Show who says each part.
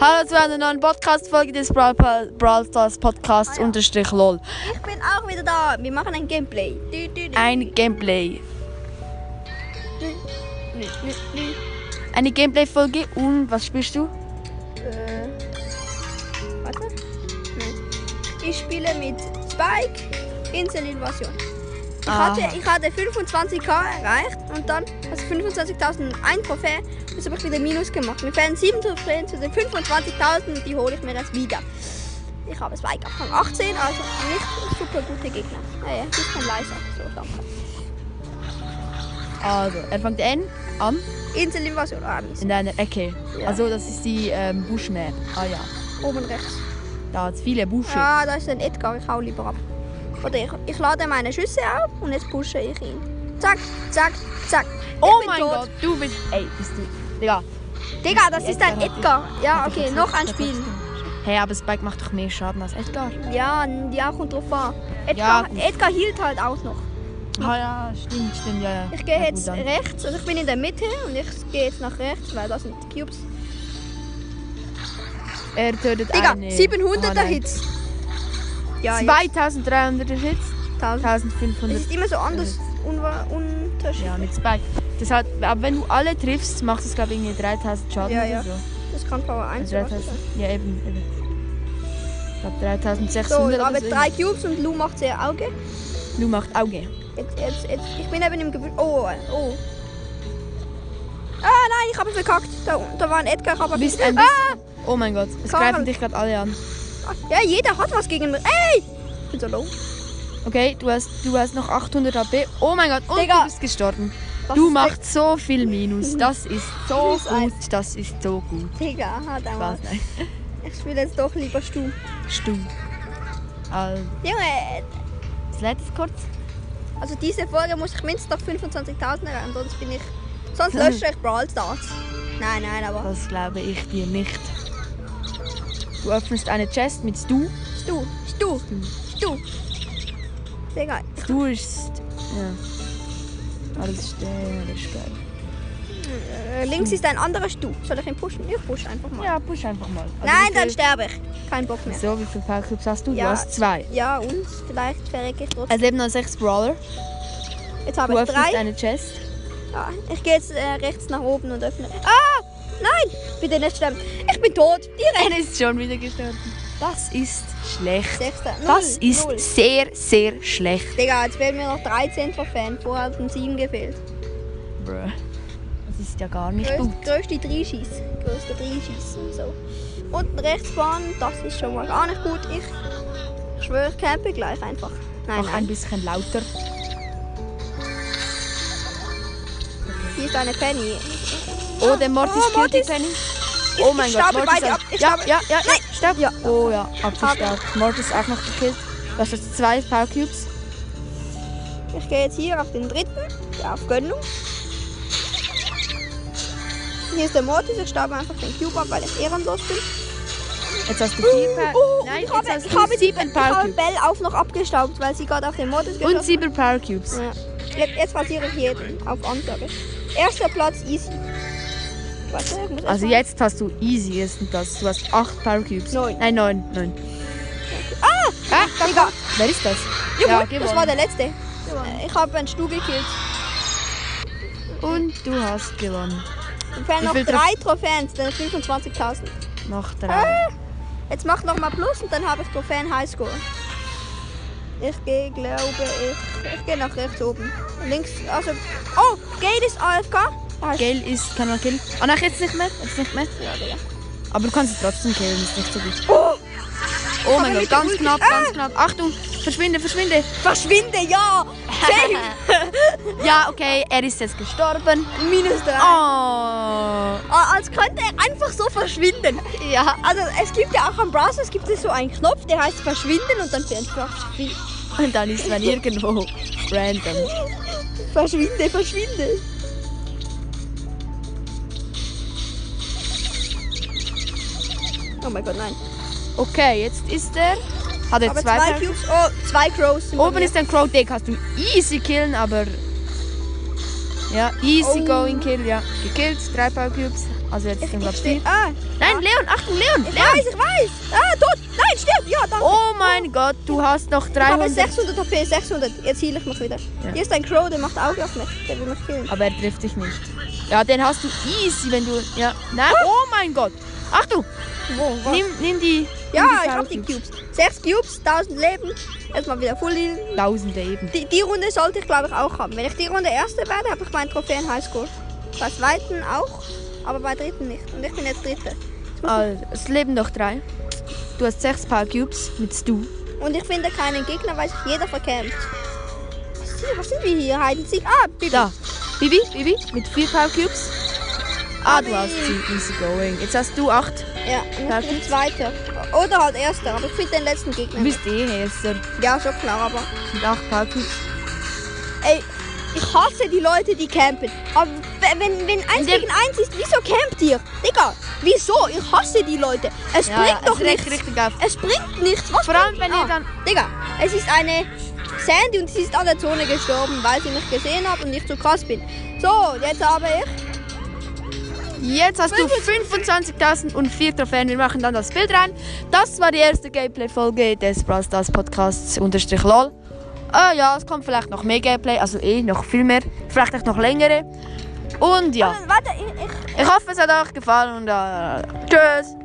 Speaker 1: Hallo zu einer neuen Podcast-Folge des Brawl, Pa- Brawl Stars Podcast
Speaker 2: Ah ja.
Speaker 1: unterstrich LOL.
Speaker 2: Ich bin auch wieder da. Wir machen ein Gameplay. Du, du, du.
Speaker 1: Ein Gameplay.
Speaker 2: Nö, nö, nö.
Speaker 1: Eine Gameplay-Folge und was spielst du?
Speaker 2: Äh, warte. Nein. Ich spiele mit Spike Inselinvasion. Ich,
Speaker 1: Ah.
Speaker 2: hatte, ich hatte 25k erreicht und dann also 25.000 ein Trophäe. Jetzt habe ich wieder Minus gemacht. Mir fehlen 7 Trophäen zu den 25.000. Die hole ich mir jetzt wieder. Ich habe Spike auf Rang 18, also nicht super gute Gegner. Naja, ich bin leiser. So, danke.
Speaker 1: Also, er fängt an, an
Speaker 2: Inselinvasion, Amis.
Speaker 1: in deiner Ecke.
Speaker 2: Ja.
Speaker 1: Also, das ist die ähm, Buschmap. Ah ja,
Speaker 2: Oben rechts.
Speaker 1: da hat es viele Busche.
Speaker 2: Ja, Ah, da ist ein Edgar, ich hau lieber ab. Oder ich, ich lade meine Schüsse auf und jetzt pushe ich ihn. Zack, zack, zack.
Speaker 1: oh
Speaker 2: bin
Speaker 1: mein
Speaker 2: tot.
Speaker 1: Gott, du bist. Ey, bist du. Digga.
Speaker 2: Digga, das
Speaker 1: Die
Speaker 2: ist ein
Speaker 1: Edgar
Speaker 2: Edgar. Ja,
Speaker 1: hat dich
Speaker 2: okay,
Speaker 1: jetzt
Speaker 2: noch ein
Speaker 1: nicht
Speaker 2: Spiel.
Speaker 1: getroffen. Hey, aber Spike macht doch mehr Schaden als Edgar.
Speaker 2: Ja, n- ja, kommt drauf an.
Speaker 1: Ja,
Speaker 2: Edgar,
Speaker 1: gut.
Speaker 2: Edgar hielt halt auch noch.
Speaker 1: Ah ja, stimmt, stimmt, ja, ja.
Speaker 2: Ich gehe
Speaker 1: ja, gut,
Speaker 2: jetzt
Speaker 1: dann.
Speaker 2: rechts, also ich bin in der Mitte und ich gehe jetzt nach rechts, weil das sind die Cubes.
Speaker 1: Er tötet
Speaker 2: Digga,
Speaker 1: eine.
Speaker 2: 700er
Speaker 1: nein.
Speaker 2: Hits. Ja, jetzt
Speaker 1: 2300er Hits,
Speaker 2: 1000.
Speaker 1: 1500
Speaker 2: Es ist immer so anders unwa- unterschiedlich.
Speaker 1: Ja, mit Spike. Das hat, aber wenn du alle triffst, macht es glaube ich irgendwie 3000 Schaden
Speaker 2: Ja,
Speaker 1: oder
Speaker 2: ja.
Speaker 1: so.
Speaker 2: Das kann Power 1
Speaker 1: Also
Speaker 2: oder was
Speaker 1: 3000,
Speaker 2: sein.
Speaker 1: ja, eben, eben. Ich glaube 3600
Speaker 2: So, ich
Speaker 1: oder
Speaker 2: habe
Speaker 1: so.
Speaker 2: drei Cubes und Lou macht sehr Auge.
Speaker 1: Du machst Auge.
Speaker 2: Jetzt, jetzt, jetzt. Ich bin eben im Gewürz. Oh, oh. Ah, nein, ich habe verkackt. Da, da war ein Edgar, aber
Speaker 1: Bist ein
Speaker 2: ah,
Speaker 1: Oh mein Gott, es
Speaker 2: Karl.
Speaker 1: greifen dich gerade alle an.
Speaker 2: Ja, jeder hat was gegen mich. Ey! Ich bin so low.
Speaker 1: Okay, du hast, du hast noch 800 HP. Oh mein Gott, und
Speaker 2: Digga.
Speaker 1: du bist gestorben.
Speaker 2: Das
Speaker 1: du
Speaker 2: ist-
Speaker 1: machst so viel Minus. Das ist so
Speaker 2: Das ist
Speaker 1: gut. Das ist so gut.
Speaker 2: Digga, hat er
Speaker 1: Was?
Speaker 2: was.
Speaker 1: Nein.
Speaker 2: Ich spiele jetzt doch lieber stumm.
Speaker 1: Stumm. Also,
Speaker 2: Junge,
Speaker 1: das letzte kurz.
Speaker 2: also diese Folge muss ich mindestens noch 25.000 erreichen, sonst bin ich. Sonst lösche ich Brawl Stars. Nein, nein, aber.
Speaker 1: Das glaube ich dir nicht. Du öffnest eine Chest mit Stu.
Speaker 2: Stu, Stu,
Speaker 1: Stu.
Speaker 2: Stu. Digga,
Speaker 1: Du ist. Ja. Ah, Alles schnell, alles schnell.
Speaker 2: äh, links ist ein anderer Stu. Soll ich ihn pushen? Ich push einfach mal.
Speaker 1: Ja, push einfach mal. Also
Speaker 2: Nein,
Speaker 1: wie
Speaker 2: dann
Speaker 1: viel-
Speaker 2: sterbe ich. Kein Bock mehr.
Speaker 1: So, wie viele Powercubes hast du?
Speaker 2: Ja.
Speaker 1: Du hast zwei.
Speaker 2: Ja, und vielleicht verrecke ich trotzdem.
Speaker 1: Es leben Also noch sechs Brawler.
Speaker 2: Jetzt habe
Speaker 1: Also, Du
Speaker 2: ich
Speaker 1: öffnest
Speaker 2: drei.
Speaker 1: eine Chest.
Speaker 2: Ja, ich gehe jetzt äh, rechts nach oben und öffne. Ah! Nein! Bitte nicht sterben. Ich bin tot. Die
Speaker 1: Er ist schon wieder gestorben. Das ist schlecht.
Speaker 2: Sechster. Null,
Speaker 1: Das ist
Speaker 2: Null.
Speaker 1: sehr, sehr schlecht.
Speaker 2: Digga, jetzt fehlen mir noch 13 Trophäen. Vorher hatten 7 gefehlt.
Speaker 1: Bruh. Das ist ja gar nicht
Speaker 2: Größ,
Speaker 1: gut.
Speaker 2: größte Dreischieß. Größte Dreischieß. So. Unten rechts fahren, das ist schon mal gar nicht gut. Ich schwöre, ich campe gleich einfach. Nein,
Speaker 1: Mach ein
Speaker 2: nein.
Speaker 1: bisschen lauter.
Speaker 2: Hier ist eine Penny.
Speaker 1: Oh, der Mortis
Speaker 2: Oh,
Speaker 1: killt die
Speaker 2: Mortis.
Speaker 1: Penny.
Speaker 2: Ich-
Speaker 1: Oh mein
Speaker 2: ich
Speaker 1: Gott,
Speaker 2: stapel
Speaker 1: Mortis
Speaker 2: beide
Speaker 1: auch.
Speaker 2: ab. Ich
Speaker 1: ja,
Speaker 2: stapel-
Speaker 1: ja, ja, ja,
Speaker 2: Nein.
Speaker 1: stopp.
Speaker 2: Ja.
Speaker 1: Oh ja, abgestaubt. Mortis auch noch gekillt. Du hast jetzt zwei Power Cubes.
Speaker 2: Ich gehe jetzt hier auf den dritten, auf Gönnung. Hier ist der Mortis, ich staube einfach den Cube ab, weil ich ehrenlos bin.
Speaker 1: Jetzt hast du vier Power äh,
Speaker 2: Uh,
Speaker 1: Nein,
Speaker 2: ich
Speaker 1: jetzt
Speaker 2: habe,
Speaker 1: hast
Speaker 2: ich
Speaker 1: du
Speaker 2: habe, halt
Speaker 1: sieben
Speaker 2: ich habe
Speaker 1: Power
Speaker 2: Bell auf noch abgestaubt, weil sie gerade auf den Mortis
Speaker 1: Cubes.
Speaker 2: geschossen
Speaker 1: Und sieben Power Cubes.
Speaker 2: Ja. Jetzt, jetzt rasiere ich jeden auf Ansage. Erster Platz, easy. Warte, ich muss
Speaker 1: Also
Speaker 2: erst mal-
Speaker 1: jetzt hast du easy ersten Platz. Du hast acht Power Cubes.
Speaker 2: Neun.
Speaker 1: Nein, neun. neun. Ah! ah
Speaker 2: Digga,
Speaker 1: wer ist das?
Speaker 2: Junge, das
Speaker 1: gewonnen.
Speaker 2: war der letzte. Äh, Ich habe einen Stu gekillt.
Speaker 1: Und du hast gewonnen.
Speaker 2: Mir fehlen
Speaker 1: Wie
Speaker 2: noch
Speaker 1: viel Tro-
Speaker 2: drei Trophäen, dann 25.000.
Speaker 1: Noch drei.
Speaker 2: Ah. Jetzt mach noch mal Plus und dann habe ich Trophäen Highscore. Ich gehe, glaube ich, ich gehe nach rechts oben. Links, also, oh, Gate ist AFK. Ah, ist-
Speaker 1: Gale ist, kann man killen. Ah, nein, jetzt nicht mehr. Jetzt nicht mehr.
Speaker 2: Ja, Digga.
Speaker 1: Aber du kannst es trotzdem killen, ist nicht so gut.
Speaker 2: Oh,
Speaker 1: Oh
Speaker 2: Aber
Speaker 1: mein
Speaker 2: mit
Speaker 1: Gott,
Speaker 2: der
Speaker 1: ganz
Speaker 2: Ulti-
Speaker 1: knapp,
Speaker 2: Ah!
Speaker 1: ganz knapp. Achtung, verschwinde, verschwinde.
Speaker 2: verschwinde, ja! Safe.
Speaker 1: Ja, okay, er ist jetzt gestorben.
Speaker 2: Minus drei.
Speaker 1: Ah. Oh.
Speaker 2: Ah, als könnte er einfach so verschwinden.
Speaker 1: Ja.
Speaker 2: Also, es gibt ja auch am Browser, es gibt ja so einen Knopf, der heißt verschwinden und dann verschwinde.
Speaker 1: Und dann ist man irgendwo random.
Speaker 2: Verschwinde, verschwinde. Oh mein Gott, nein.
Speaker 1: Okay, jetzt ist er. Hat er
Speaker 2: Aber
Speaker 1: Äh, zwei,
Speaker 2: zwei
Speaker 1: Pfeil-
Speaker 2: Cubes, oh, zwei Crows. sind bei
Speaker 1: Oben
Speaker 2: mir.
Speaker 1: ist ein Crow Deck, hast du easy killen, aber. Ja, easy
Speaker 2: Oh.
Speaker 1: going kill, ja. Gekillt, drei Power Cubes. Also jetzt
Speaker 2: Ich,
Speaker 1: sind
Speaker 2: ich
Speaker 1: glaube ich
Speaker 2: stehe.
Speaker 1: vier.
Speaker 2: Ah,
Speaker 1: Nein, Leon, Achtung, Leon!
Speaker 2: Ich
Speaker 1: Leon.
Speaker 2: weiß, ich weiß. Ah, tot. Nein, stirb. Ja, danke.
Speaker 1: Oh mein Gott, du hast noch
Speaker 2: ich habe
Speaker 1: 300.
Speaker 2: 600 HP, 600. Jetzt heal ich mich wieder. Hier ist ein Crow, der macht Auge auf mich. Der will mich killen.
Speaker 1: Aber er trifft dich nicht. Ja, den hast du easy, wenn du. Ja. Nein, oh mein Gott! Achtung!
Speaker 2: Wo, was?
Speaker 1: Nimm, nimm die. nimm
Speaker 2: ja,
Speaker 1: die
Speaker 2: ich habe die
Speaker 1: Cubes.
Speaker 2: Cubes. 6 Cubes, 1000 Leben. Erstmal wieder full healen.
Speaker 1: Tausende eben.
Speaker 2: Die, die Runde sollte ich glaube ich auch haben. Wenn ich die Runde erste werde, habe ich meinen Trophäen-Highscore. Bei zweiten auch, aber bei dritten nicht. Und ich bin jetzt dritte.
Speaker 1: Also, es leben noch drei. Du hast sechs Paar Cubes mit Stu.
Speaker 2: Und ich finde keinen Gegner, weil sich jeder verkämpft. Was sind- Was sind wir hier? Heidensieg? Ah, Bibi.
Speaker 1: Da. Bibi, Bibi, mit vier Paar Cubes. Ah, du
Speaker 2: Abi.
Speaker 1: hast sie. Easy going. Jetzt hast du acht.
Speaker 2: Ja, und
Speaker 1: Da
Speaker 2: ich bin zweiter. Oder halt erster, aber ich finde den letzten Gegner.
Speaker 1: Du bist eh Hälster.
Speaker 2: nicht. Ja, schon klar, aber...
Speaker 1: Mit acht Paar Cubes.
Speaker 2: Ey, ich hasse die Leute, die campen. Aber w- wenn, wenn eins
Speaker 1: Der-
Speaker 2: gegen eins ist, wieso campt ihr? Digga, wieso? Ich hasse die Leute. Es
Speaker 1: Ja,
Speaker 2: bringt
Speaker 1: es
Speaker 2: doch
Speaker 1: regt
Speaker 2: nichts.
Speaker 1: richtig auf.
Speaker 2: Es bringt nichts. Was
Speaker 1: Vor allem,
Speaker 2: bringt-
Speaker 1: wenn ihr
Speaker 2: Ah,
Speaker 1: dann-
Speaker 2: Digga, es ist eine Sandy und sie ist an der Zone gestorben, weil sie mich gesehen hat und ich zu krass bin. So, jetzt habe ich...
Speaker 1: Jetzt hast du 25.000 und vier Trophäen. Wir machen dann das Bild rein. Das war die erste Gameplay-Folge des Brawl Stars Podcasts unterstrich LOL. Ah ja, es kommt vielleicht noch mehr Gameplay, also eh noch viel mehr. Vielleicht auch noch längere. Und ja,
Speaker 2: Warte, ich... ich
Speaker 1: ich hoffe, es hat euch gefallen und äh, tschüss.